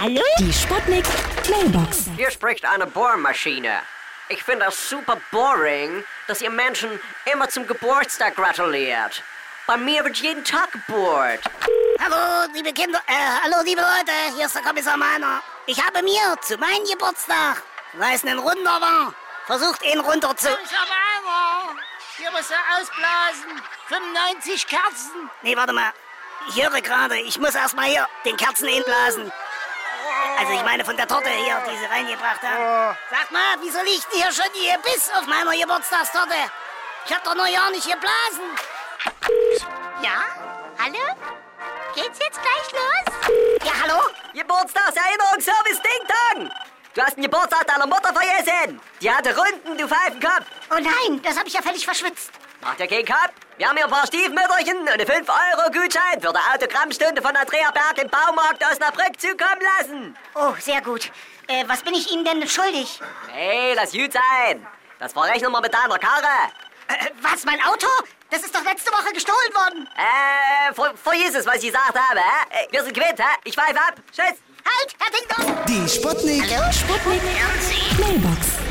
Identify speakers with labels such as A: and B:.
A: Hallo?
B: Die Sputnik Mailbox.
C: Hier spricht eine Bohrmaschine. Ich finde es super boring, dass ihr Menschen immer zum Geburtstag gratuliert. Bei mir wird jeden Tag gebohrt.
A: Hallo, liebe Kinder, äh, hallo, liebe Leute, hier ist der Kommissar Mahner. Ich habe mir zu meinem Geburtstag, weil es ein Runder war, versucht, ihn runter zu...
D: Kommissar Wagner, hier musst du ausblasen. 95 Kerzen.
A: Nee, warte mal, ich höre gerade, ich muss erst mal hier den Kerzen inblasen. Also ich meine von der Torte hier, die sie reingebracht haben. Sag mal, wieso liegt denn hier schon die Biss auf meiner Geburtstagstorte? Ich hab doch noch ja nicht geblasen.
E: Ja? Hallo? Geht's jetzt gleich los?
A: Ja, hallo?
C: Geburtstagserinnerungsservice Ding Dong! Du hast den Geburtstag deiner Mutter vergessen! Die hatte Runden, du Pfeifenkopf!
A: Oh nein, das habe ich ja völlig verschwitzt.
C: Macht ihr keinen Kopf? Wir haben hier ein paar Stiefmütterchen und einen 5-Euro-Gutschein für die Autogrammstunde von Andrea Berg im Baumarkt Osnabrück zukommen lassen!
A: Oh, sehr gut. Äh, was bin ich Ihnen denn schuldig?
C: Hey, lass gut sein! Das verrechnen wir mit deiner Karre!
A: Äh, was, mein Auto? Das ist doch letzte Woche gestohlen worden.
C: Äh, ver vergiss es, was ich gesagt habe, hä? Äh, Wir sind quitt, hä? Ich pfeife ab. Tschüss.
A: Halt, Herr Ding-Dong!
F: Die Sputnik.
B: Sputnik Mailbox.